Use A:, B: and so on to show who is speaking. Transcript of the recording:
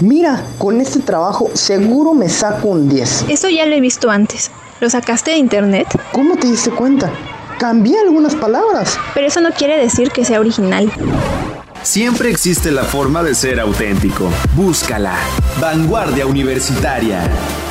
A: Mira, con este trabajo seguro me saco un 10.
B: Eso ya lo he visto antes. ¿Lo sacaste de internet?
A: ¿Cómo te diste cuenta? Cambié algunas palabras.
B: Pero eso no quiere decir que sea original.
C: Siempre existe la forma de ser auténtico. Búscala. Vanguardia Universitaria.